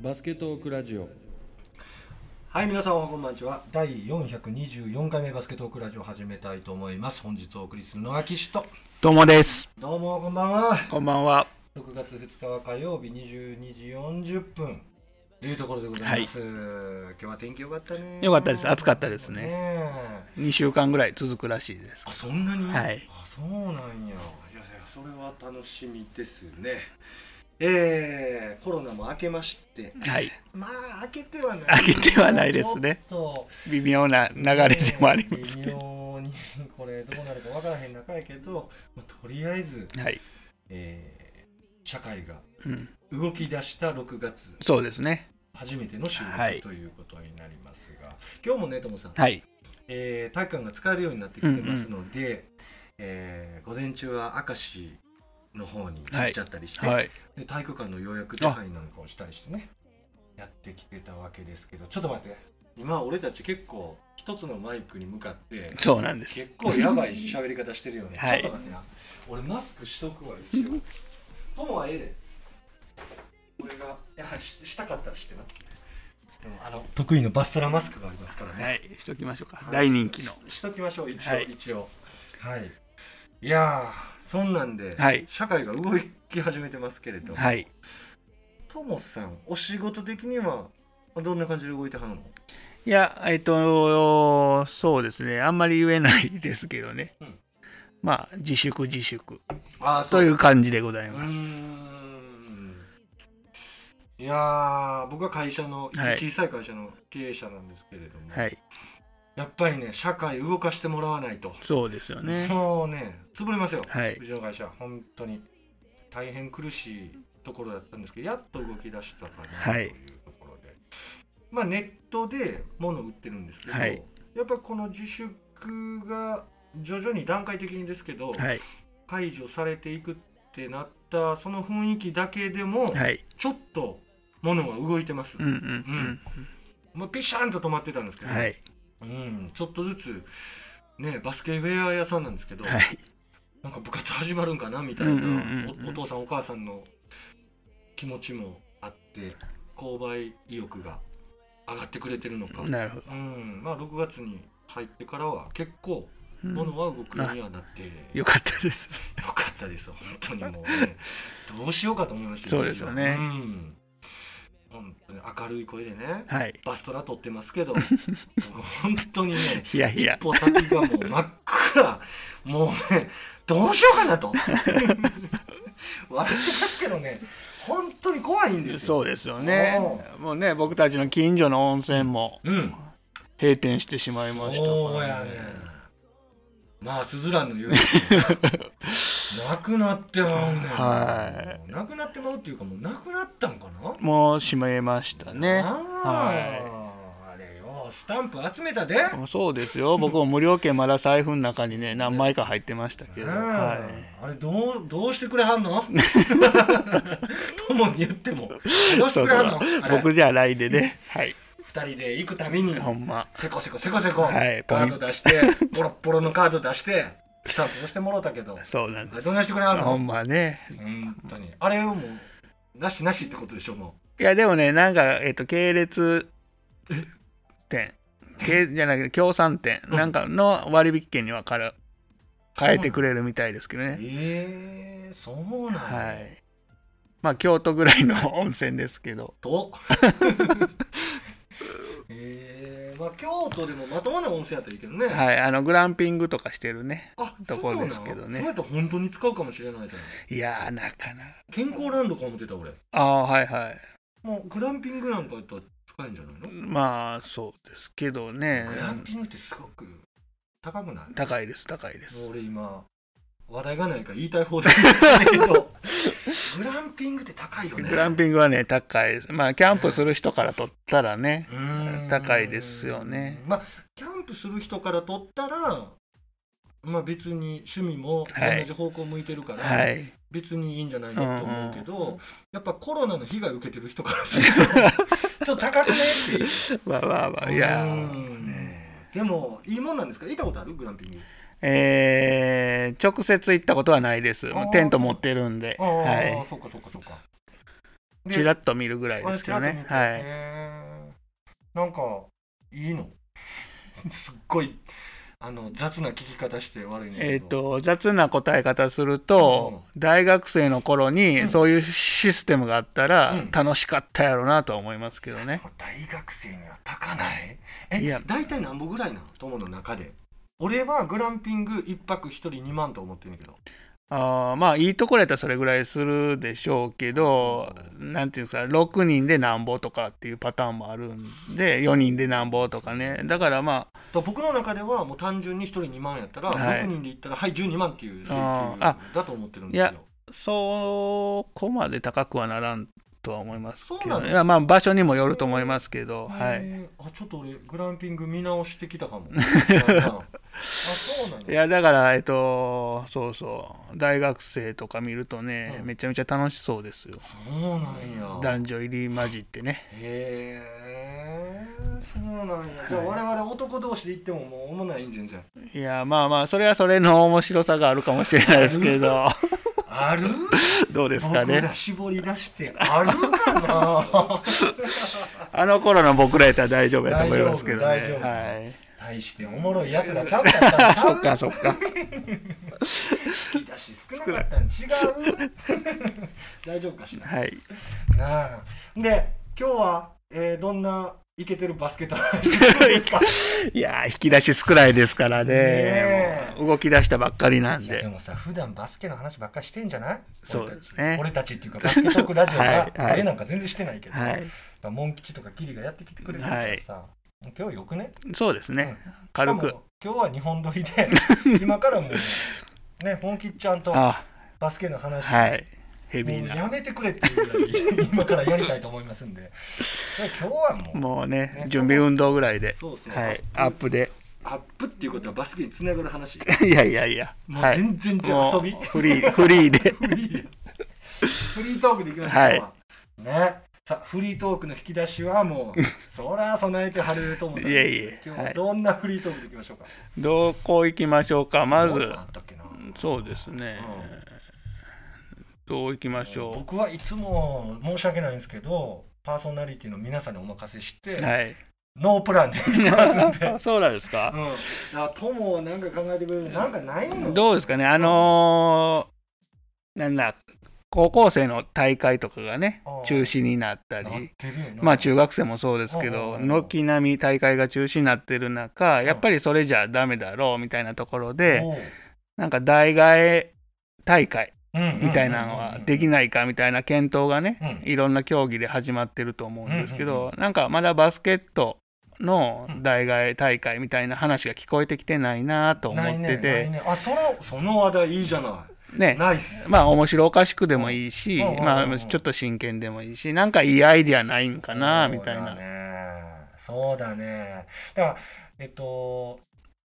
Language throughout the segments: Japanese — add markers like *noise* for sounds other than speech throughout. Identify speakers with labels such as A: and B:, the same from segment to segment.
A: バスケットオークラジオ
B: はい皆さんおはこんばんちは第424回目バスケットオークラジオを始めたいと思います本日お送りするのは岸と
C: どうもです。
B: どうもこんばんは
C: こんばんは。
B: 6月2日は火曜日22時40分というところでございます、今日は天気良かったね
C: よかったです。暑かったですね。
B: ねえ
C: 2週間ぐらい続くらしいです
B: あ。そんなに、
C: はい
B: あそうなんやいやいやそれは楽しみですねえー、コロナも明けまして
C: はい。
B: まあ明けてはない
C: 明けてはないですね
B: ちょっと
C: 微妙な流れでもありますけ
B: 微
C: ど。
B: 妙にこれどうなるかわからへん中やけど、まあ、とりあえず、
C: はい。
B: えー社会が
C: うん。
B: 動き出した6月
C: そうですね。
B: 初めての収
C: はい
B: 録ということになりますが、今日もねともさん、
C: はい。
B: えー体育館が使えるようになってきてますので、えー午前中は明石の方に行っちゃったりして、
C: はい。
B: で体育館の予約手配なんかをしたりしてねやってきてたわけですけどちょっと待って今俺たち結構一つのマイクに向かって
C: そうなんです
B: 結。構やばい喋り方してるよね。
C: はい
B: ちょっと待ってな。俺マスクしとくわ一応。ともはええで。俺がやはりししたかったらしてな。でもあの得意のバストラマスクがありますからね。
C: はい。しときましょうか。大人気の。
B: しときましょう一応、
C: はい
B: 一応。はい。いやーそんなんで、
C: はい
B: 社会が動き始めてますけれど。
C: はい。
B: ともさんお仕事的にはどんな感じで動いてはるの？
C: いや、えっと、そうですね。あんまり言えないですけどね
B: ん。
C: まあ、自粛自粛
B: ああ
C: という感じでございうます。
B: ーんいやー僕は会社の、
C: はい
B: 一小さい会社の経営者なんですけれども、
C: はい。
B: やっぱりね社会動かしてもらわないと、
C: そうですよね。
B: もうね潰れますよ、。
C: はいう
B: ちの会社本当に大変苦しいところだったんですけどやっと動き出したかなと
C: はいいう
B: ところで、まあネットで物を売ってるんですけど、
C: はい
B: やっぱこの自粛が徐々に段階的にですけど、
C: はい。
B: 解除されていくってなったその雰囲気だけでも、
C: はい。
B: ちょっと物が動いてます、
C: うんうん
B: もうピシャンと止まってたんですけ
C: うん。
B: ど、
C: はい。
B: うん、ちょっとずつねバスケウェア屋さんなんですけど、
C: はい。
B: なんか部活始まるんかなみたいな、
C: うんうんうんうん
B: おお父さんお母さんの気持ちもあって購買意欲が上がってくれてるのか、
C: なるほど。
B: うんまあ、6月に入ってからは結構
C: うん
B: 物は動くようにはなって、
C: よかったです。
B: *laughs* よかったです、本当にもう、ね、どうしようかと思いました
C: そうですよ
B: 実
C: ね
B: はうん、本当に明るい声でね、
C: はい。
B: バストラ撮ってますけど、本当にね、
C: いやいや
B: 一。歩先がもう真っ暗、もうね、どうしようかなと。笑ってますけどね、本当に怖いんですよ。
C: そうですよね。もうね、僕たちの近所の温泉も
B: うん、
C: 閉店してしまいました
B: そう
C: か
B: や
C: ら
B: ね
C: ね。。
B: まあ、すずらんの言う
C: *laughs*
B: なくなってまうねん。
C: は
B: なくなってまうっていうか、もうなくなったんかな
C: もう閉めましたね。は
B: あーあれよスタンプ集めたで、
C: い。もうそうですよ。僕も無料券まだ財布の中にね、何枚か入ってましたけど。
B: うん
C: はい。
B: あれどうどうしてくれはん
C: *laughs*
B: のともに言ってもどうして
C: そ
B: く
C: う
B: れ
C: そ
B: はん
C: う
B: のあ。れ
C: 僕じゃないでね。はい。
B: 二人で行くたびに
C: ほんま。
B: せこせこせこせこ、
C: はい
B: カード出してボロッボロのカード出してスタンプ押してもろうたけど
C: そうなん
B: あ
C: で
B: れ
C: す
B: ど。ないしてくれはんの
C: ほんまね。
B: 本当にあれをもうなしなしってことでしょも
C: いやでもねなんかえっ、と系列店系じゃなくて協賛店
B: うん
C: なんかの割引券にはから変えてくれるみたいですけど
B: う
C: ね
B: ええー、そうなんや
C: はいまあ京都ぐらいの温泉ですけど
B: とえー、まあ京都でもまともな温泉やったらいいけどね、
C: はいあのグランピングとかしてるね
B: あ
C: とこですけどね
B: そうなんそうやったら本当に使うかもしれないじゃん
C: いやーなかなか
B: 健康ランドか思ってた俺
C: ああはいはい
B: もうグランピングなんかやったら使えるんじゃないの、
C: まあそうですけどね
B: グランピングってすごく高くない
C: 高いです高いです
B: 俺今話題がないから言いたい放題なんだけ
C: *laughs*
B: どグランピングって高いよね
C: グラン
B: ン
C: ピングはね高いですまあキャンプする人から取ったらね高いですよね
B: まあキャンプする人から取ったらまあ別に趣味も
C: はい
B: 同じ方向向いてるから、
C: はい
B: 別にいいんじゃないのと思うけど、やっぱコロナの被害受けてる人からすると
C: *laughs*
B: ちょっと高くねっていう
C: わあわあわあいやー
B: うんでもいいもんなんですか行ったことあるグランピング
C: えー直接行ったことはないです
B: あー
C: テント持ってるんで
B: ああ、
C: は
B: そうかそうかそうかで
C: ちらっと見るぐらいですけどね。
B: 私
C: は
B: らと見て
C: い。
B: へーなんかいいの *laughs* すっごいあの雑な聞き方して悪いねん
C: え
B: け
C: っ、
B: ど
C: と、雑な答え方すると、大学生の
B: う
C: 頃に
B: ん
C: そういうシステムがあった
B: う
C: ら
B: ん
C: 楽しかったやろなとは思いますけどね。
B: 大学生には高ないえ
C: いや
B: 大体何本ぐらいなの友の中で俺はグランピング1泊1人2万と思ってんねんけど
C: あーまあいいところやったらそれぐらいするでしょうけどなんていうんですか6人でなんぼとかっていうパターンもあるんで4人でなんぼとかねだからまあ
B: だから僕の中ではもう単純に1人2万やったら、
C: はい
B: 6人で行ったらはい12万っていう請
C: あ
B: 求
C: ーあ
B: だと思ってるんですよ
C: そこまで高くはならんとは思いますけ
B: そうな
C: ど、
B: の
C: ね、いやまあ場所にもよると思いますけど、はい、
B: へーあちょっと俺グランピング見直してきた
C: *laughs*
B: かもだんだんあそうなん
C: い
B: だ
C: やだからえっとそうそう大学生とか見るとね、
B: うん
C: めちゃめちゃ楽しそうですよ
B: そうなんや
C: 男女入り混じってね
B: へえそうなんやじゃあ我々男同士で行ってももうおもないん全然
C: いやまあまあそれはそれの面白さがあるかもしれないです
B: *laughs*
C: けど
B: ある
C: どうですか
B: 僕
C: ね
B: ら絞り出してあるかな
C: あの頃の僕らやったら大丈夫やと思いますけどね。
B: 大丈夫
C: はい。
B: *laughs* 大しておもろいやつらちゃうかったんちゃう
C: *laughs* そっかそっか。
B: 引き出し少なかったん違 *laughs* う大丈夫かし
C: はい。
B: らなあで今日は、えーどんなイケてるバスケットですか
C: いやー引き出し少ないですからね。
B: ね
C: もう動き出したばっかり *laughs* なん
B: いやで
C: で。
B: もさ普段バスケの話ばっかりしてんじゃない
C: そうですね
B: 俺たち俺たちっていうかバスケトークラジオ
C: はい
B: が
C: はい
B: 俺なんか全然してないけど、
C: はい。
B: まあモン吉とかキリがやってきてくれるからさ、今日よくね
C: そうですね。
B: し
C: 軽
B: か
C: く。
B: も今日は日本撮
C: *laughs*
B: りで今からもうね本吉ちゃんと
C: あ、
B: バスケの話
C: はい。ヘビ
B: も
C: ー
B: う
C: な。
B: やめてくれっていうぐらい今からやりたいと思いますんでで今日はもう
C: もう
B: ね
C: ね、準備運動ぐらいで。
B: そうそう
C: はい。アップで。 *laughs*
B: アップっていうことはバスケにつながる話
C: いやいやいや。
B: もう
C: はい。
B: 全然じゃあ
C: もう
B: 遊び
C: フリー、フ
B: *laughs*
C: リーで。
B: フリーフリートークでいきましょう、
C: はい
B: 今日はねさフリートークの引き出しはもうそりゃ備えてはると思うんで
C: いえいえ
B: 今日
C: は
B: はいどんなフリートークでいきましょうか、
C: どこ行きましょうか。ま
B: どん
C: ず
B: なのあ、ったっけな
C: そうですね。どう行きましょ
B: 僕はいつも申し訳ないんですけどパーソナリティの皆さんにお任せして、
C: う。はい。
B: ノープランでいき
C: *laughs*
B: ますんで
C: そうなんですか
B: うん、あともなんか考えてくれるなんかないの
C: どうですかね、あのーなんだ、高校生の大会とかがね
B: あー、
C: 中止になった
B: なっ
C: り、
B: てるよな
C: まあ中学生もそうですけ
B: うんうんう
C: ど、
B: ん
C: 軒並み大会が中止になってる中、やっぱりそれじゃダメだろうみたいなところで、
B: おう
C: なんか代替大会みたいなの
B: うんうん
C: は
B: うんうん
C: できないかみたいな検討がね、
B: うん
C: いろんな競技で始まってると思うんですけ
B: うんうん
C: ど、なんかまだバスケットの代替大会みたいな話が聞こえてきてないなと思って
B: ないね
C: て、
B: ないねあそのその話題いいじゃな
C: ね
B: い。ナイス
C: まあ面白おかしくでもいいし、
B: うんうん
C: ま
B: うん
C: あちょっと真剣でもいいし、なんかいいアイディアないんかなみたい
B: そうだ
C: な。
B: ねそうだねだからえっと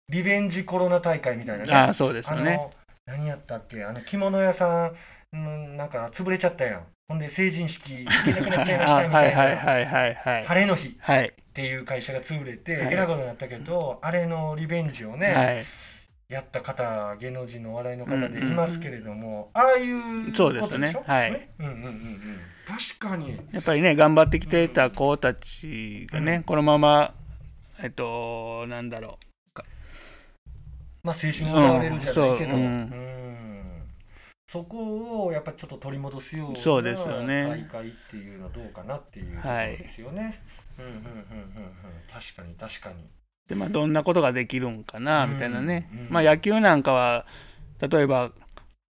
B: リベンジコロナ大会みたいなね
C: ああ、そうですよ
B: あ
C: ね。
B: の何やったっけあの着物屋さんうんなんか潰れちゃったやんほんで成人式行けなくなっちゃいました
C: は
B: み
C: *laughs* は
B: た
C: い
B: い
C: はい
B: な
C: はいはいはい。
B: 晴れの日っ
C: はい
B: ていう会社が潰れて、
C: はい
B: えらいことになったけどあれのリベンジをね、
C: はい。
B: やった方芸能人のお笑いの方
C: うん
B: で
C: う
B: い
C: んうん
B: ますけれども、ああいうこと
C: そうですね
B: しょ
C: はい
B: うんうんうんうん、確かに
C: やっぱりね、頑張ってきてた子たちが
B: う
C: ね、このまま、えっと、なんだろ
B: まあ、青春を奪われるじゃないけど、う
C: うんん
B: そ
C: そううん
B: こをやっぱちょっと取り戻すような
C: そうですよね
B: 大会っていうのはどうかなっていうこと
C: はい
B: ですよね。うんうんうんうんうん確かに確かに。
C: う、でまあ、どんなことができるんかなみたいなね
B: うんうん。
C: まあ野球なんかは、例えば、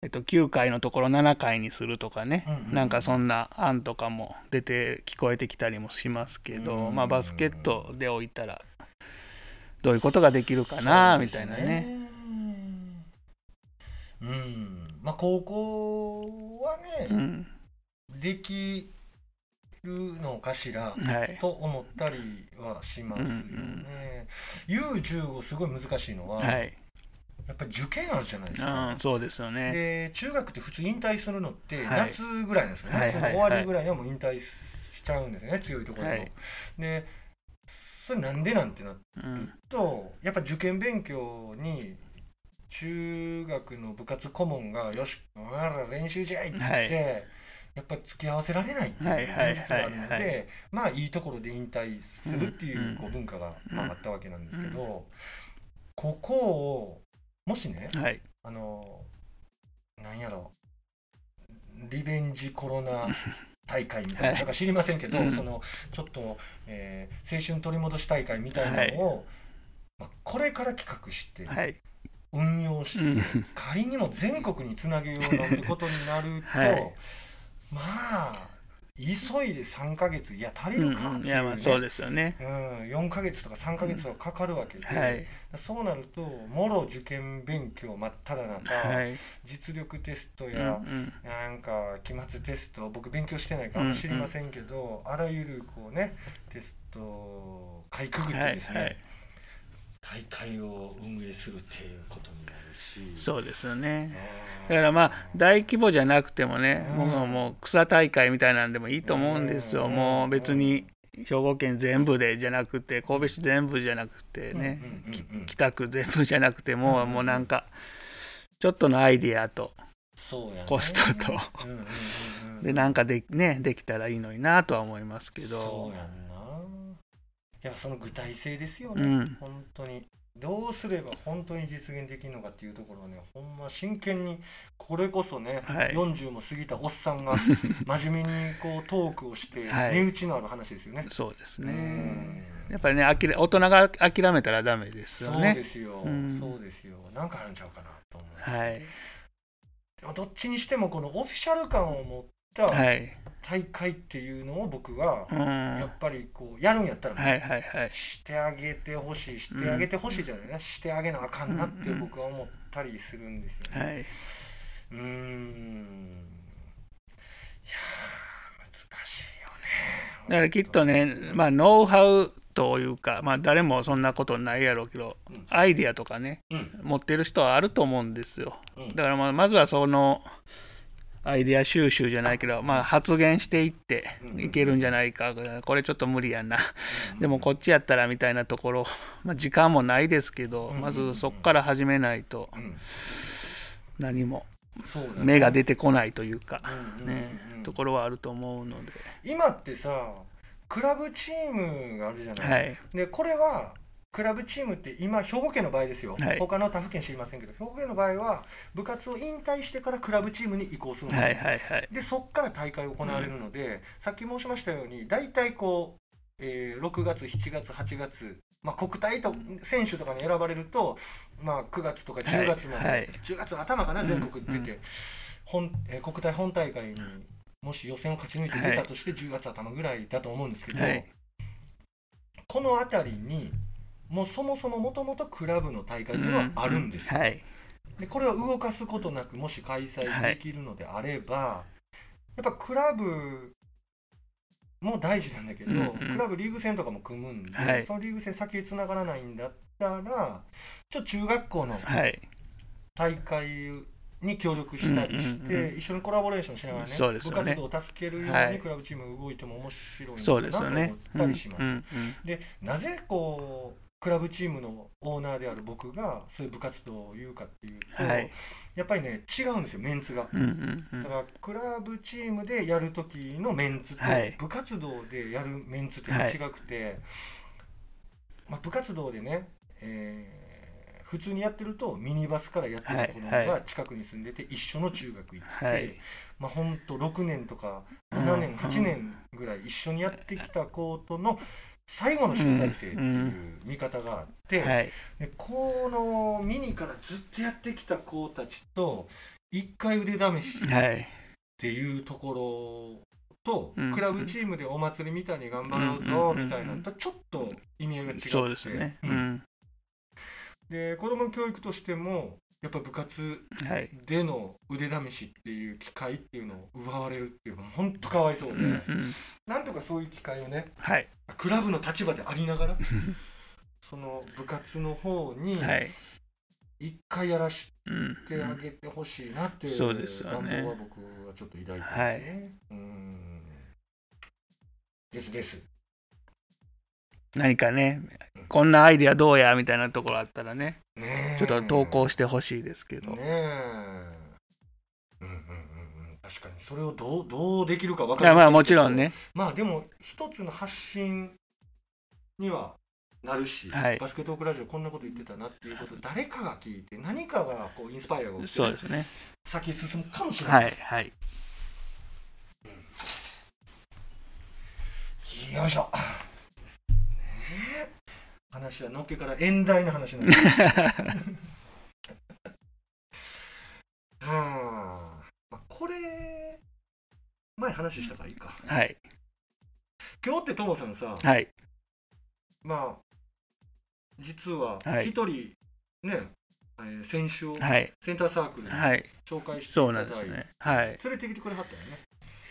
C: えっと、9回のところ7回にするとかね、
B: うんうん
C: なんかそんな案とかも出て聞こえてきたりもしますけど、
B: うん
C: まあ、バスケットで置いたらどういうことができるかな、みたいな
B: そうです
C: ね。
B: うんまあ高校は
C: う
B: ね、
C: ん
B: できるのかしら。
C: はい、
B: と思ったりはしますよね。U15 すごい難しいのは、
C: はい
B: やっぱり受験あるじゃないですか
C: う。ん、そうですよね。
B: で中学って普通引退するのって
C: はい
B: 夏ぐらいなんですよね、
C: はい
B: 夏の終
C: は
B: わ
C: いはい
B: りぐらいにはもう引退しちゃうんですよね強いところと、
C: はい
B: でそれなんでなんてなる
C: うん
B: とやっぱ受験勉強に中学の部活顧問が「よしお前ら練習試合」っつって、
C: はい
B: ややっぱ付き合わせられないっていう
C: はいはい
B: 現実があるの
C: はいは
B: でまあいいところで引退するってい
C: うん
B: うこう文化がま
C: うん
B: ああったわけなんですけどここをもしね
C: はい
B: あのなんやろリベンジコロナ
C: *laughs*
B: 大会みたいな、
C: はい
B: なんか知りませんけど、
C: うん
B: そのちょっと、えー青春取り戻し大会みたいなのを、まあこれから企画して、
C: はい
B: 運用して、
C: うん
B: 仮にも全国につなげようなんてことになると、
C: *laughs* はい
B: まあ急いで3ヶ月いや足り
C: う
B: るかっ
C: んい
B: ていう,、
C: や
B: ね
C: まあそうですよね
B: うん、4ヶ月とか3ヶ月とかかかるわけで、
C: はい
B: そうなるともろ受験勉強真っ只中、
C: はい
B: 実力テスト
C: うんう
B: や、
C: ん
B: なんか期末テスト僕勉強してないからあんま知りませんけど、あらゆるこうねテストをかいくぐっ
C: は
B: て
C: い
B: ですね、
C: はい
B: 大会を運営するっていうことになるし
C: そうですよね
B: あ
C: だ
B: ー
C: からまあ大規模じゃなくてもね、
B: うん
C: 僕はもう草大会みたいなんでもいいと思うんですよ、
B: うん
C: もう別に兵庫県全部でじゃなくて神戸市全部じゃなく
B: う
C: てね、
B: んうんうんうん
C: 北区全部じゃなくても、
B: うん
C: もうなんかちょっとのアイディアと
B: そうやね
C: コストと、
B: うんうんうんうん
C: でなんかで,、ね、できたらいいのになとは思いますけ
B: そ
C: ど
B: うやんないやその具体性ですよ
C: う
B: ね、
C: ん
B: 本当にどうすれば本当に実現できるのかっていうところをねほんま真剣にこれこそね、
C: はい
B: 40も過ぎたおっさ
C: *laughs*
B: んが真面目にこうトークをして
C: はい
B: 値打ちのある話ですよね。
C: そうです
B: う
C: ね
B: ん
C: やっぱりねあきれ大人が諦めたらダメです
B: そ
C: よ
B: うで
C: ね
B: すよ、
C: うん
B: そうですよなんかあるんちゃうかなと思う、
C: はい
B: でもどっちにしてもこのオフィシャル感を持った
C: はい
B: 大会っていうのを僕は
C: うんは
B: や
C: い
B: っぱりこうやるんやったらね、
C: はいはい
B: してあげてほしいしてあげてほしいじゃないな、してあげなあかんなって僕は思ったりするんですよね。
C: はいう
B: ーんいやー難しいよね
C: だからきっとね、まあ、ノウハウというか、まあ、誰もそんなことないやろうけど、
B: うん
C: アイディアとかね
B: うん
C: 持ってる人はあると思うんですよ
B: うん
C: だからまあまずはそのアイディア収集じゃないけど、まあ、発言していって
B: うん
C: いけるんじゃないかこれちょっと無理やなでもこっちやったらみたいなところ、まあ、時間もないですけど
B: うん
C: まずそこから始めないと
B: うん
C: 何も
B: そうだね
C: 芽が出てこないというか
B: う、んうんうん
C: ね
B: う、ん
C: ところはあると思うので、
B: 今ってさクラブチームがあるじゃない、
C: はい、
B: でこれはクラブチームって今兵庫県の場合ですよ、
C: はい
B: 他の他府県知りませんけど兵庫県の場合は部活を引退してからクラブチームに移行するの、
C: はいはいはい
B: でそっから大会行われるので、さっき申しましたように大体こう、えー6月7月8月、まあ、国体と選手とかに選ばれると、まあ、9月とか10月の、
C: はいはい
B: 10月の頭かな全国出て、
C: う
B: 本えー国体本大会にもし予選を勝ち抜いて出たとして10月頭ぐらいだと思うんですけど、
C: はい
B: この辺りにもうそもそももともとクラブの大会っていうのはあるんですよ
C: はい
B: でこれは動かすことなくもし開催できるのであれば、やっぱクラブも大事なんだけど、
C: うんうん
B: クラブリーグ戦とかも組むんで、
C: はい
B: そのリーグ戦先へ繋がらないんだったらちょっと中学校の
C: はい
B: 大会に協力したりして、
C: うんうんうん
B: 一緒にコラボレーションしながらね
C: そうです
B: 部
C: よね
B: 活動を助けるよ
C: は
B: う
C: い
B: にクラブチーム動いても面白いの
C: そ
B: か
C: うで
B: な
C: す
B: と
C: よ
B: 思っ
C: ね。
B: たりします。
C: うんうん
B: でなぜこうクラブチームのオーナーである僕がそういう部活動を言うかっていうと、
C: うんはい。
B: やっぱりね違うんですよメンツが。
C: うんう
B: だ
C: んうん
B: からクラブチームでやる時のメンツと
C: はい
B: 部活動でやるメンツっていうのは違くて、まあ、部活動でね、えー普通にやってるとミニバスからやってる子供
C: はいは
B: が近くに住んでて一緒の中学行って、
C: はい
B: まあ、ほんと6年とか
C: うん
B: 7年、
C: うん
B: 8年ぐらい一緒にやってきた子との最後の集大成っていう見方があって、
C: はい。
B: でこのミニからずっとやってきた子たちと一回腕試しっ
C: はい。
B: ていうところと、
C: うん
B: クラブチームでお祭りみたいに頑張ろう
C: うん
B: ぞみたいなのとちょっと意味合いが違って
C: そうですよね。う
B: うん
C: ん。
B: で子どもの教育としてもやっぱ部活
C: はい。
B: での腕試しっていう機会っていうのを奪われるっていうのは本当かわいそう
C: う
B: で、
C: んうん。
B: なんとかそういう機会をね
C: はい。
B: クラブの立場でありな
C: *laughs*
B: がらその部活の方に
C: はい。
B: 一回やらして
C: うん
B: やってあげてほしいなっていう
C: そうですよ
B: 願
C: ね
B: 望は僕はちょっと抱いてますね。うんですです。
C: 何かね、こんなアイディアどうやみたいなところあったらね、
B: ねえ
C: ちょっと投稿してほしいですけど
B: ね。え。うんうんうんうん確確かにそれをどうどうできるか分
C: い
B: から
C: や
B: ない
C: まあもちろんね
B: まあでも一つの発信にはなるし、
C: はい
B: バスケットオークラジオこんなこと言ってたなっていうことを誰かが聞いて何かがこうインスパイアを
C: そうですね
B: 先へ進むかもしれない、
C: はいはい
B: よいしょ、ねえ、話はのっけから遠大な話なん
C: *laughs*
B: ですはあ、まあ、これ前話したからいいか
C: はい
B: 今日ってトモさんさ、
C: はい
B: まあ、実は
C: はい
B: 一人、ね、えー先週、
C: はい
B: センターサークルに
C: はい
B: 紹介してい
C: そう
B: ただ
C: ないん
B: て、
C: ですねはい
B: 連れてきてくれはったよね。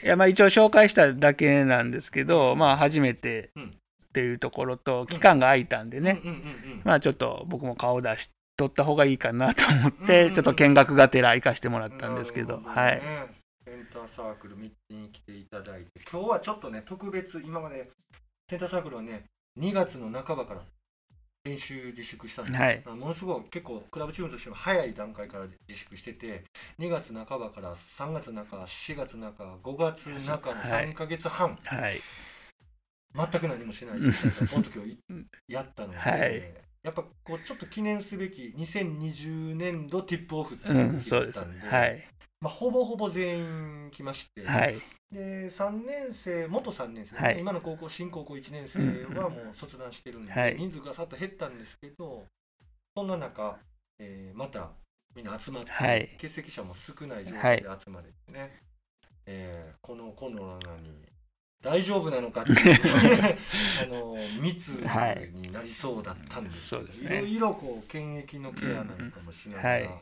C: いやまあ一応紹介しただけなんですけどまあ初めて
B: うん
C: っていうところと期間が空いたんでね、
B: うんうんうん
C: まあちょっと僕も顔出しとった方がいいかなと思っ
B: うんうんう
C: て
B: ん
C: ちょっと見学がてら行かしてもら
B: う
C: っ
B: ん。
C: たんですけ
B: な
C: ど
B: るほ
C: はい
B: ねセンターサークル見に来ていただいて、今日はちょっとね、特別、今までセンターサークルはね、2月の半ばから練習自粛したんです
C: はい
B: あのものすごい結構クラブチームとしても早い段階から自粛してて2月半ばから3月中4月中5月中の
C: はい
B: 3ヶ月半、
C: はい
B: 全く何もしない状態からポンと今日いやったので、
C: はい
B: やっぱこうちょっと記念すべき2020年度ティップオフっていうの
C: ん
B: が
C: そう
B: 来て
C: です
B: たん
C: ねはい
B: まあ、ほぼほぼ全員来まして、
C: はい
B: で3年生元3年生、
C: はい
B: 今の高校新高校1年生はもう卒団してるんで、
C: はい
B: 人数がさっと減ったんですけどそんな中、えーまたみんな集まって、
C: はい
B: 欠席者も少ない状態で集まれてね、えーこのコロナに大丈夫なのかっていう
C: *laughs*
B: あの密
C: はい
B: になりそうだったんですけど、
C: そうですね
B: いろいろこう検疫のケアなんかもしながら、
C: うんうんはい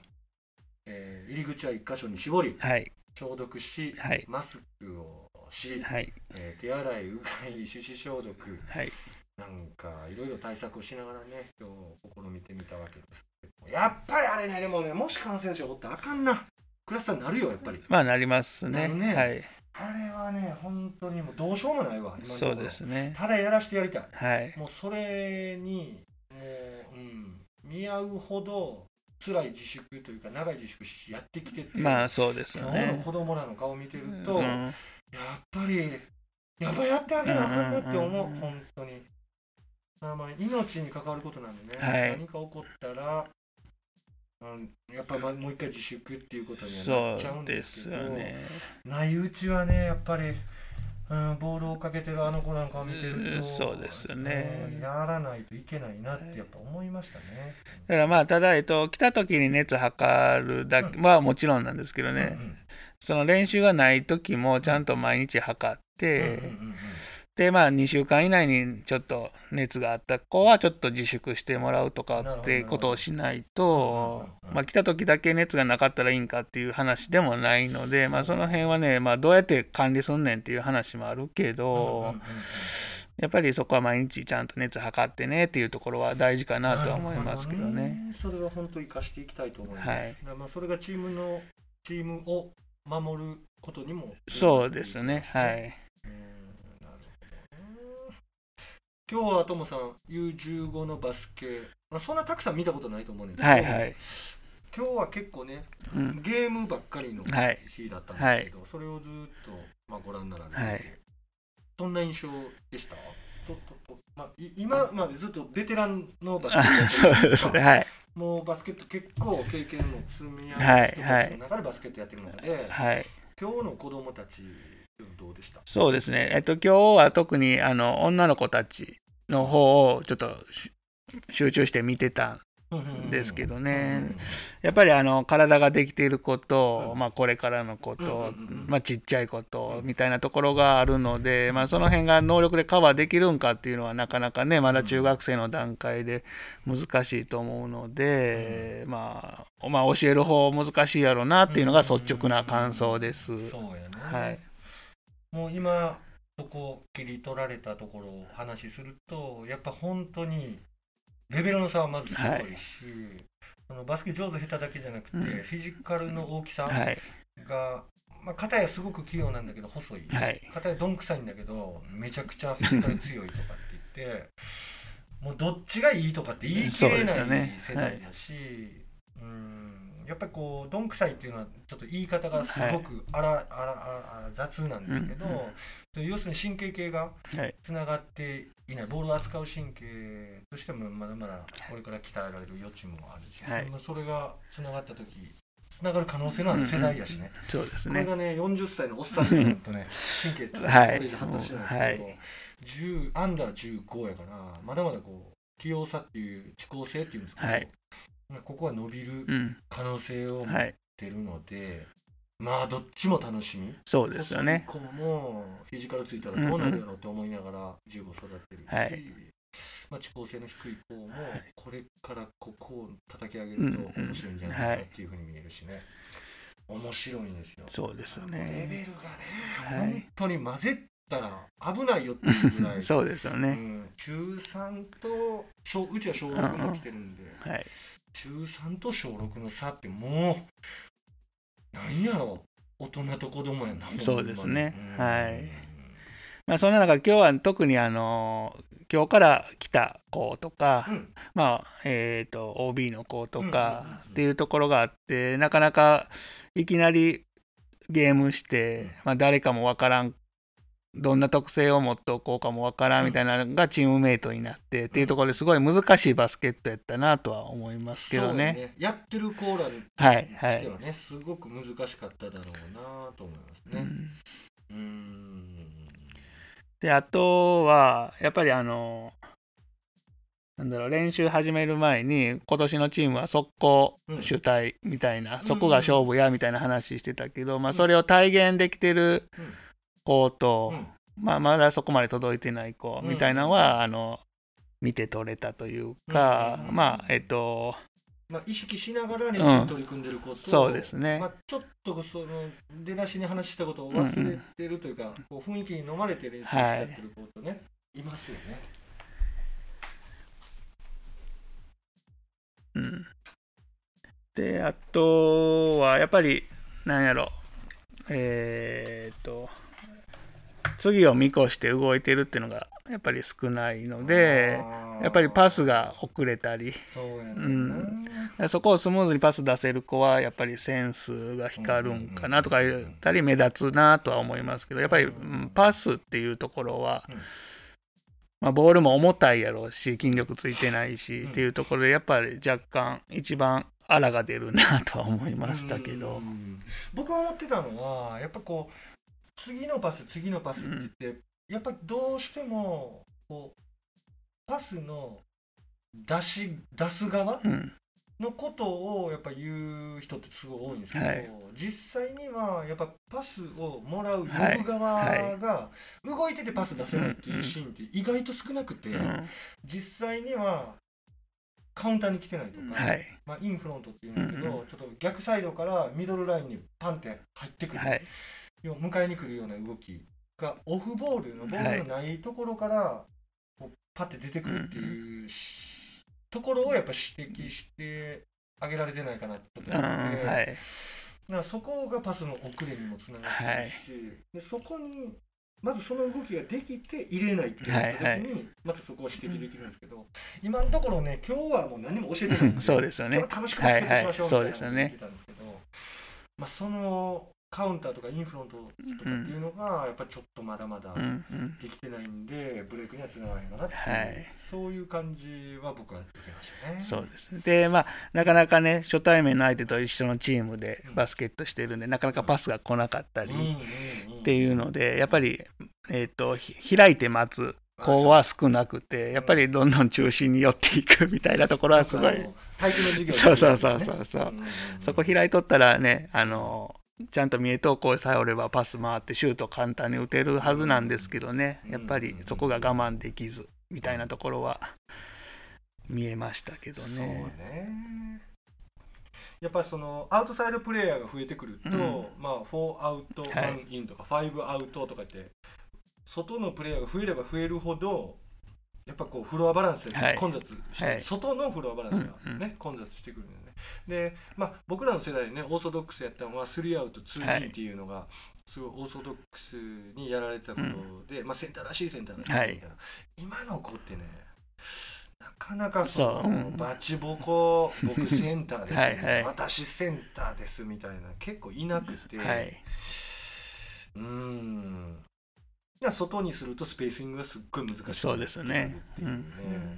B: えー入り口は1箇所に絞り
C: はい
B: 消毒し、
C: はい
B: マスクをし、
C: はい
B: えー手洗いうがい手指消毒
C: はい
B: なんかいろいろ対策をしながらね今日試みてみたわけですけどやっぱりあれねでもねもし感染症おったらあかんなクラスターになるよやっぱり
C: まあなりますね
B: なるね
C: はい
B: あれはね本当にもうどうしようもないわ今のところ
C: そうですね
B: ただやらしてやりたい
C: はい
B: もうそれにもう、うん、見合うほど辛い自粛というか長い自粛しやってきてて、
C: まあそうですよ
B: 今日の
C: ね
B: 子供らの顔を見てる
C: う
B: と、
C: ん
B: やっぱり、やばいやってあげなあかんなって思う、
C: うんうんうん
B: 本当に。まあまあ、命に関わることなんでね、
C: はい
B: 何か起こったら、うん、やっぱまもう一回自粛っていうことにはな
C: そ
B: っちゃうん
C: うで
B: です
C: す
B: けど、
C: よね
B: ないうちはね、やっぱり、うん、ボールをかけてるあの子なんかを見てる
C: う
B: と、
C: んそうですよね
B: うんやらないといけないなってやっぱ思いましたね。
C: だからまあただえっと来た時に熱測るだけはもちろんなんですけどね、
B: うん
C: その練習がない時もちゃんと毎日測っ
B: うん
C: て、
B: うんうんうん
C: でまあ2週間以内にちょっと熱があった子はちょっと自粛してもらう
B: な
C: と
B: る
C: か
B: ほ
C: っ
B: どな
C: て
B: るほど
C: ことをしないと
B: うんうんうん、
C: まあ、来た時だけ熱がなかったらいいんかっていう話でもないので、まあ、その辺はね、まあ、どうやって管理すんねんっていう話もあるけど、
B: うんうんうん
C: やっぱりそこは毎日ちゃんと熱測ってねっていうところは大事かなとは思いますけど
B: なる
C: ね。
B: ほどそれは本当生かしていきたいと思います。
C: はい
B: だからまあそれがチームのチームを守ることにも
C: そうですね、は。
B: う
C: い。
B: んなるほどね今日はともさん U15 のバスケ、まあ、そんなたくさん見たことないと思うねんけど
C: はいはい。
B: 今日は結構ね
C: うん、
B: ゲームばっかりの
C: はい
B: 日だったんですけど、それをずっと、まあ、ご覧になられて、
C: はい
B: どんな印象でしたとととまあ、い今までずっとベテランのバスケだったじゃないです
C: そ
B: か
C: うですね、はい。
B: もうバスケット結構経験も積み上げ
C: はい
B: て人たちの中でバスケットやってるので、
C: はい
B: 今日の子供たちどうでした
C: そうですね、えっと、今日は特にあの女の子たちの方をちょっとし集中して見てたんですけどね、やっぱりあの体ができていること、
B: うん
C: まあ、これからのこと、
B: うんうんうんうん
C: まあ、ちっちゃいことみたいなところがあるので、まあ、その辺が能力でカバーできるんかっていうのはなかなかねまだ中学生の段階で難しいと思うので、まあ、まあ教える方難しいやろうなっていうのが率直な感想です。
B: そうやね、
C: はい
B: もう今そこ切り取られたところをお話しするとやっぱ本当にレベルの差はまずすごいし、
C: はい
B: そのバスケ上手下手だけじゃなくて、
C: うん
B: フィジカルの大きさが、
C: はい、
B: まあ、片やすごく器用なんだけど細い、
C: はい
B: 片やどんくさいんだけどめちゃくちゃフィジカル強いとかって言ってもうどっちがいいとかって言い切れない世代だしう,、んやっぱりこうどんくさいっていうのはちょっと言い方がすごくあら、あらあら雑なんですけど、
C: うんうん
B: で要するに神経系が
C: はい
B: つながっていないボールを扱う神経としてもまだまだこれから鍛えられる余地もあるし、
C: はい
B: そんなそれがつながった時つながる可能性のある世代やしね、
C: そうです
B: これ
C: ね
B: がね40歳のおっさんになるとね神経ちょっとこれ以上発達しないんですけど、
C: はいも
B: 10アンダー15やからまだまだこう器用さっていう遅効性っていうんですけど、
C: はい
B: まあここは伸びる
C: うん
B: 可能性を持っ
C: はい
B: てるので、まあどっちも楽しみ
C: そうですよね
B: こもフィジカルついたらどうなるやろうと思いながら15育ってるし、
C: はい
B: まあ、遅効性の低い子も
C: はい
B: これからここを叩き上げると面白いんじゃないかなっていうふうに見えるしね、面白いんですよ
C: そうですよ
B: レベ
C: ね
B: ル
C: *laughs*
B: がね、
C: はい
B: 本当に混ぜたら危ないよっていうぐらい
C: *laughs* そうですよ
B: う
C: ね
B: ん、中3と小うちは小6も来てるんで、
C: はい
B: 中3と小6の差ってもうなんやろ大人と子供やな
C: そうですね
B: ほんまに
C: はいまあそんな中今日は特にあの今日から来た子とか、
B: うん
C: まあえー、と OB の子と
B: うんうんうん
C: か
B: うん
C: っていうところがあってなかなかいきなりゲームして、
B: うん
C: まあ、誰かもわからんどんな特性を持っておこうかもわからんみたいなのがチームメイトになってっていうところですごい難しいバスケットやったなとは思いますけど
B: そう
C: ね。
B: やってるコーラに
C: はいは
B: して
C: い、
B: はね、すごく難しかっただろうなと思います
C: う
B: ね
C: ん
B: うん
C: であとはやっぱりあのなんだろう練習始める前に今年のチームは速攻
B: うん
C: 主体みたいな、
B: ん
C: そこが勝負やみたいな話してたけど、まあ、それを体現できてる
B: うん
C: 子
B: う
C: と、
B: ん
C: まあ、まだそこまで届いてない子
B: うん
C: みたいなのは、あの見て取れたというか、
B: うん
C: まあえっと
B: まあ、意識しながら練習に取り組んでること、
C: そうですね
B: まあ、ちょっとその出だしに話したことを忘れてるというか、こう雰囲気に飲まれて練習しちゃってることね、い、ますよね。
C: うん、であとはやっぱりなんやろえーっと次を見越して動いてるっていうのがやっぱり少ないのでやっぱりパスが遅れたり
B: そうやねんな、
C: うんそこをスムーズにパス出せる子はやっぱりセンスが光るんかなとか言ったり目立つなとは思いますけどやっぱりうんパスっていうところは
B: うん、
C: まあ、ボールも重たいやろうし筋力ついてないし
B: うん
C: っていうところでやっぱり若干一番あらが出るなとは思いましたけ
B: う
C: ど。
B: ん僕が思ってたのはやっぱこう次のパス次のパスって言って、やっぱりどうしてもこうパスの出し出す側
C: うん
B: のことをやっぱ言う人ってすごい多いんですけど、
C: はい
B: 実際にはやっぱパスをもらう呼
C: はい
B: ぶ側が動いててパス出せないっていうシーンって意外と少なくて、
C: うん
B: 実際にはカウンターに来てないとか、
C: はい
B: まあ、インフロントっていうんですけど、
C: うん
B: ちょっと逆サイドからミドルラインにパンって入ってくる、
C: はい
B: 要は迎えに来るような動きがオフボールのボールのないところからこうパッて出てくるっていうしところをやっぱ指摘してあげられてないかなと思って、
C: うんはい
B: なんかそこがパスの遅れにもつながってるし、でそこにまずその動きができて入れないってなった時に、またそこを指摘できるんですけど、今のところね今日はもう何も教えてないんで
C: そうですよ
B: 今日
C: ね
B: は楽しくバスケットしましょうみたいなこと
C: はいは
B: 言
C: い
B: ってたんですけど、まあ、そのカウンターとかインフロントとかっていうのがやっぱちょっとまだまだ
C: うんうん
B: できてないんで、ブレイクにはつながらないかなっていう、
C: はい
B: そういう感じは僕は受けましたね。
C: そうですねでまあなかなかね初対面の相手と一緒のチームでバスケットしてるんでなかなかパスが来なかったり
B: うんうん
C: っ
B: うん
C: ていうのでやっぱりえっとひ開いて待つ子は少なくてやっぱりどんどん中心に寄っていくみたいなところはすごい
B: あの体育の授業
C: そうそうそうそうそう
B: うんうんうん
C: そこ開いとったらね、あのちゃんと見えとう声さえおればパス回ってシュート簡単に打てるはずなんですけどね、やっぱりそこが我慢できずみたいなところは見えましたけど
B: そう
C: ね。
B: ねやっぱりそのアウトサイドプレイヤーが増えてくると、
C: うん
B: まあ4アウト
C: い
B: 1インとか5アウトとかって外のプレイヤーが増えれば増えるほどやっぱこうフロアバランス
C: は
B: が
C: い
B: 混雑して、
C: はい
B: 外のフロアバランスが、ね
C: うん
B: 混雑してくるんだよね。で、まあ、僕らの世代でねオーソドックスやったのは3アウト
C: は
B: 2D
C: い
B: っていうのがすごいオーソドックスにやられてたことで、まあ、センターらしいセンターらしいみたいな、
C: はい
B: 今の子ってねなかなかその
C: そううん
B: バチボコ僕センターです
C: はいはい
B: 私センターですみたいな結構いなくて、
C: はい、
B: うーんじゃあ外にするとスペーシングがすっごい難しい
C: そうですね
B: っていうね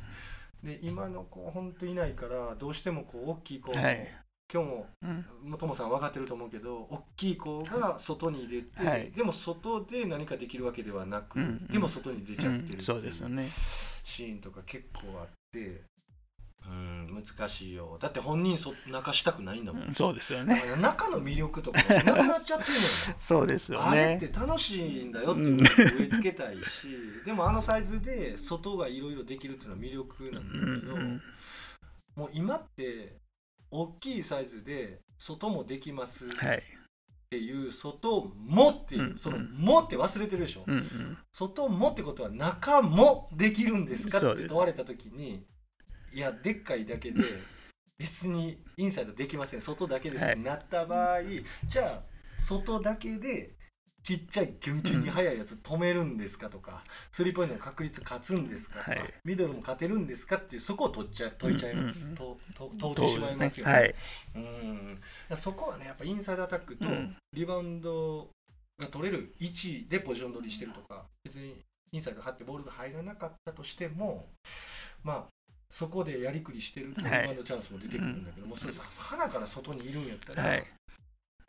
B: で今の子ほんといないからどうしてもこう大きい子、
C: はい、
B: 今日も
C: うん、
B: もうともさん分かってると思うけど大きい子が外に出て、
C: はい
B: でも外で何かできるわけではなく、
C: うんうん
B: でも外に出ちゃってるってい
C: うんそうですよね
B: シーンとか結構あってうん難しいよだって本人そ泣かしたくないんだもん、
C: うんそうですよね
B: 中の魅力とかなくなっちゃってるのよ
C: *laughs* そうですよ
B: あれっ
C: ね
B: て楽しいんだよっていうのを植え付けたいし、でもあのサイズで外がいろいろできるっていうのは魅力なん
C: うん
B: だけど、
C: うん
B: もう今って大きいサイズで外もできますっ
C: はい
B: ていう外もっていう、
C: うん
B: その
C: うん
B: もって忘れてるでしょ、
C: うんうん
B: 外もってことは中もできるんですか
C: そう
B: っ
C: で
B: て
C: す
B: 問われた時にいやでっかいだ
C: *laughs*
B: けで別にインサイドできません外だけです
C: は
B: ね
C: い
B: なった場合じゃあ外だけでちっちゃいギュンギュンに速いやつ止めるんですかとか、スリーポイントの確率勝つんですかとか、
C: はい
B: ミドルも勝てるんですかっていうそこを取っちゃ解いちゃいます、
C: うんうんうん
B: とと問うてしまいますよね。
C: はい
B: うんだからそこはねやっぱインサイドアタックと
C: うん
B: リバウンドが取れる位置でポジション取りしてるとか別にインサイド張ってボールが入らなかったとしてもまあそこでやりくりしてるとリ
C: はい
B: バウンドチャンスも出てくるんだけど、もうそれ花から外にいるんやったら、
C: はい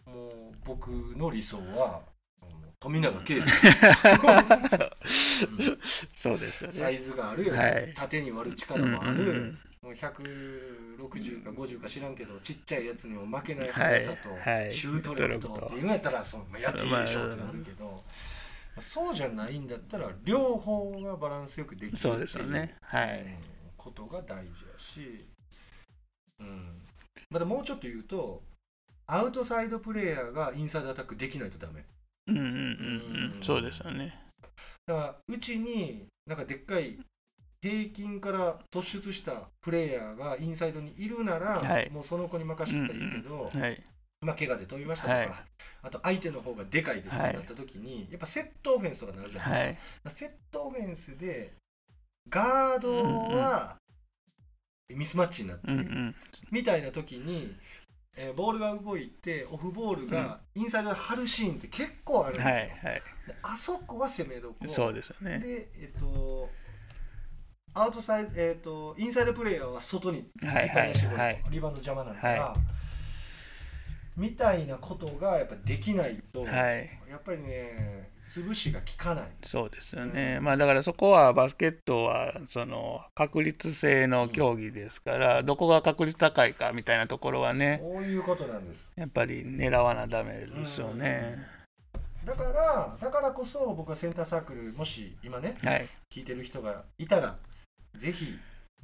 B: もう僕の理想はもう富永啓生
C: *laughs*
B: うん
C: そうですよ
B: サ
C: ね
B: イズがある、
C: はい
B: 縦に割る力
C: うん
B: もある、
C: うん
B: もう160か50か知らんけどちっちゃいやつにも負けない
C: はい
B: 速さと、
C: はい
B: シュート力と
C: シュート力と
B: っていうのやったらそのやっていいでしょうってなるけど、そうじゃないんだったら両方がバランスよくできるっ
C: うん
B: てい
C: そううですよねは
B: うん
C: い
B: ことが大事やし、うん、またもうちょっと言うとアウトサイドプレーヤーがインサイドアタックできないとダメ
C: うんうんうんうんそうですよね
B: だからうちになんかでっかい平均から突出したプレイヤーがインサイドにいるなら、
C: はい
B: もうその子に任
C: う
B: せ
C: ん
B: たらいいけど、
C: うんはい
B: まあ怪我で飛びましたとか、
C: はい
B: あと相手の方がでかいですって
C: はい
B: なった時に、やっぱセットオフェンスとかなるじゃない、
C: はい
B: セットオフェンスでガードはミスマッチになって
C: うんう
B: る、
C: ん
B: みたいな時に、えーボールが動いてオフボールがインサイドで張るシーンって結構あるんです
C: は
B: よ、
C: いはい
B: であそこは攻めどころ
C: そうですよね
B: で、えっと、アウトサイド、えっと、インサイドプレイヤーは外に
C: はい
B: リバ
C: は
B: ウン
C: い
B: ド絞る
C: はい
B: リバウンド邪魔なのから、
C: は
B: みたいなことがやっぱできないと、
C: はい
B: やっぱりね、潰しが効かない。
C: そうですよね、まあだからそこはバスケットはその確率性の競技ですから、どこが確率高いかみたいなところはね
B: こういうことなんです。
C: やっぱり狙わなダメですよね、
B: だから、だからこそ僕はセンターサークル、もし今ね、
C: はい
B: 聞いてる人がいたら、ぜひ、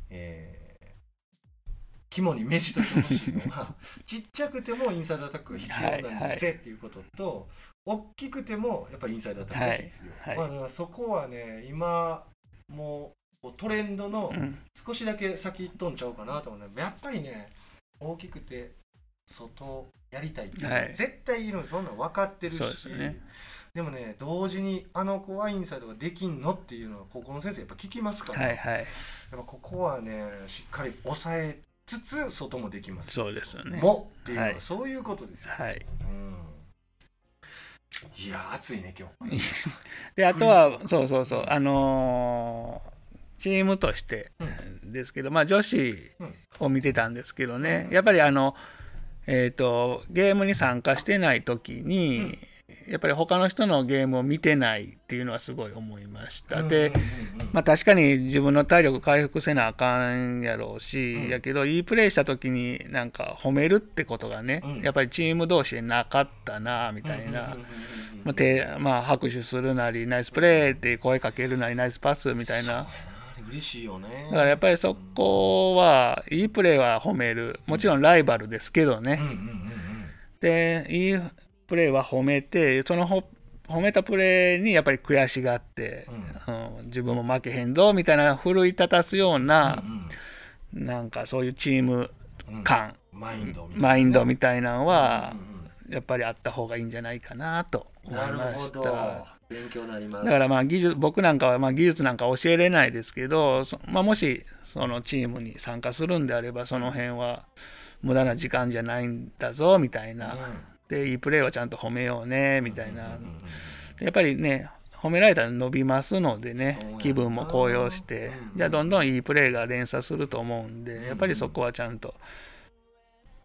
B: えー肝に銘じといてほしいのは、
C: *laughs*
B: ちっちゃくてもインサイドアタックが必要なんだぜっていうことと、大きくてもやっぱりインサイドアタックが必要。
C: はいはい
B: まあだからそこはね、今、もうトレンドの
C: うん
B: 少しだけ先行っとんちゃうかなと思うね。やっぱりね、大きくて外やりたいっていうのは
C: はい
B: 絶対いるの、そんなん分かってるし
C: そうですよね
B: でもね、同時にあの子はインサイドができんのっていうのは、ここの先生やっぱ聞きますから、
C: はいはい
B: やっぱここはね、しっかり抑えつつ、外もできます。
C: そうですよね
B: もっていうのは、
C: はい
B: そういうことですよ。
C: はい
B: うん、いや、暑いね、今日。
C: *laughs* であとはそうそうそうあのーチームとしてですけど、まあ女子を見てたんですけどね、やっぱりあのえっ、とゲームに参加してない時に、やっぱり他の人のゲームを見てないっていうのはすごい思いました。で、まあ確かに自分の体力回復せなあかんやろうし、やけどいいプレーした時になんか褒めるってことがね、
B: うん
C: やっぱりチーム同士でなかったなあみたいな、
B: うんうんうんうん
C: まあ手まあ、拍手するなりナイスプレーって声かけるなりナイスパスみたいな
B: あれ嬉しいよね。
C: だからやっぱりそこはいいプレーは褒めるもちろんライバルですけどね、
B: うんうんうんうん
C: でいいプレーは褒めてそのほ褒めたプレーにやっぱり悔しがって、うん自分も負けへんぞみたいな奮い立たすような、なんかそういうチーム感、
B: マインドみたいな
C: マインドみたいなのは、やっぱりあった方がいいんじゃないかなと思い
B: な
C: ま
B: るほ
C: し
B: ど
C: た。
B: 勉強になります
C: だからまあ技術僕なんかはまあ技術なんか教えれないですけど、そまあ、もしそのチームに参加するんであればその辺は無駄な時間じゃないんだぞみたいな、でいいプレーはちゃんと褒めようねみたいな、やっぱりね褒められたら伸びますのでね気分も高揚して、じゃあどんどんいいプレーが連鎖すると思うんで、やっぱりそこはちゃんと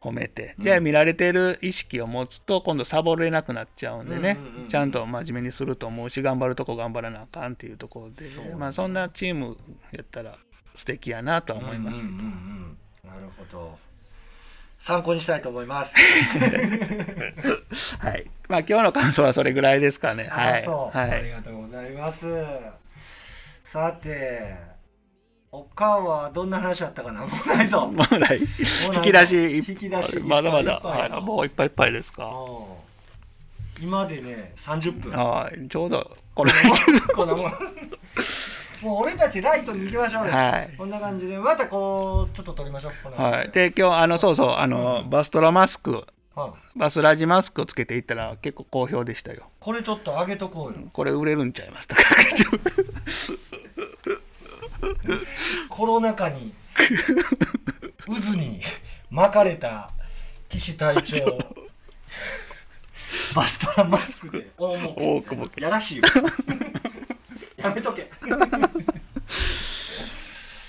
C: 褒めて、じゃあ見られてる意識を持つと今度サボれなくなっちゃうんでね、
B: うんうんうん
C: ちゃんと真面目にすると思うし頑張るとこ頑張らなあかんっていうところで
B: そ
C: そ,、
B: うね
C: まあ、そんなチームやったら素敵やなとは思いますけど、
B: うんうんうんうんなるほど参考にしたいと思います。
C: はいまあ、今日の感想はそれぐらいですかねは
B: あ
C: い、
B: そう
C: は
B: あり
C: い、
B: がとうございます。さて、他はどんな話あったかな。もうないぞ。もう
C: まだ引き出し
B: 引き出し
C: まだまだ、
B: いっぱいいっぱい
C: はい、もういっぱいいっぱいですか
B: 今でね、三十分。
C: はいちょうどこれ
B: このもうもう俺たちライトに行きましょうよ。
C: はい
B: こんな感じでまたこうちょっと撮りましょう。この
C: はい、で今日あのそうそうあのバストラマスク
B: はい
C: バスラジマスクをつけていったら結構好評でしたよ
B: これちょっと上げとこうよ。
C: これ売れるんちゃいますか *laughs*
B: コロナ禍に渦に巻かれた岸
C: *laughs*
B: 隊長バストラマスクで大儲け
C: 大儲け
B: やらし
C: *laughs*
B: いわやめとけ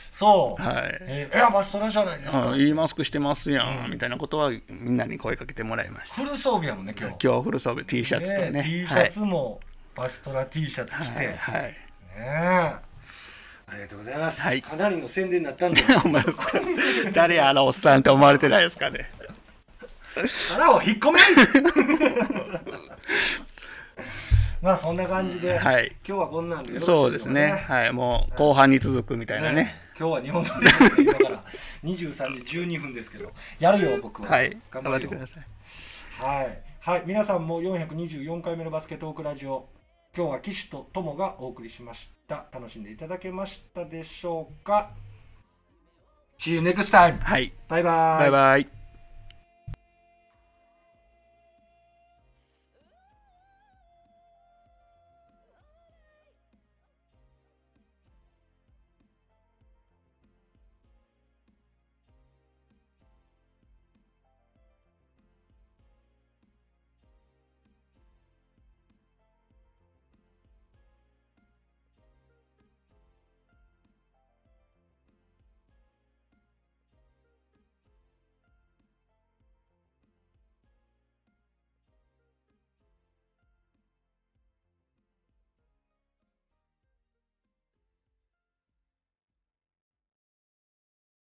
B: そう、
C: はい
B: えーいやバストラじゃないですか、
C: あいいマスクしてますやん、みたいなことはみんなに声かけてもらいました
B: フル装備やもんね今日
C: 今日フル装備 T シャツとね
B: ね T シャツも、バストラ T シャツ着て、
C: はい、
B: ね
C: はい *laughs* はい
B: えありがとうございます、
C: はい
B: かなりの宣伝になったんで
C: お前ですか誰やあのおっさんって思われてないですかね
B: 腹を引っ込め *laughs* まあそんな感じで、
C: はい
B: 今日はこんなんでよろしい
C: そうですね
B: よね
C: はいもう後半に続くみたいなね
B: 今日は日本撮りですね今から23時12分ですけどやるよ僕は、
C: はい頑張
B: る
C: って
B: よ
C: ください
B: はい、はい、皆さんも424回目のバスケットオークラジオ今日は岸と友がお送りしました楽しんでいただけましたでしょうか See you next time!
C: はい
B: バイバイ
C: バイバイ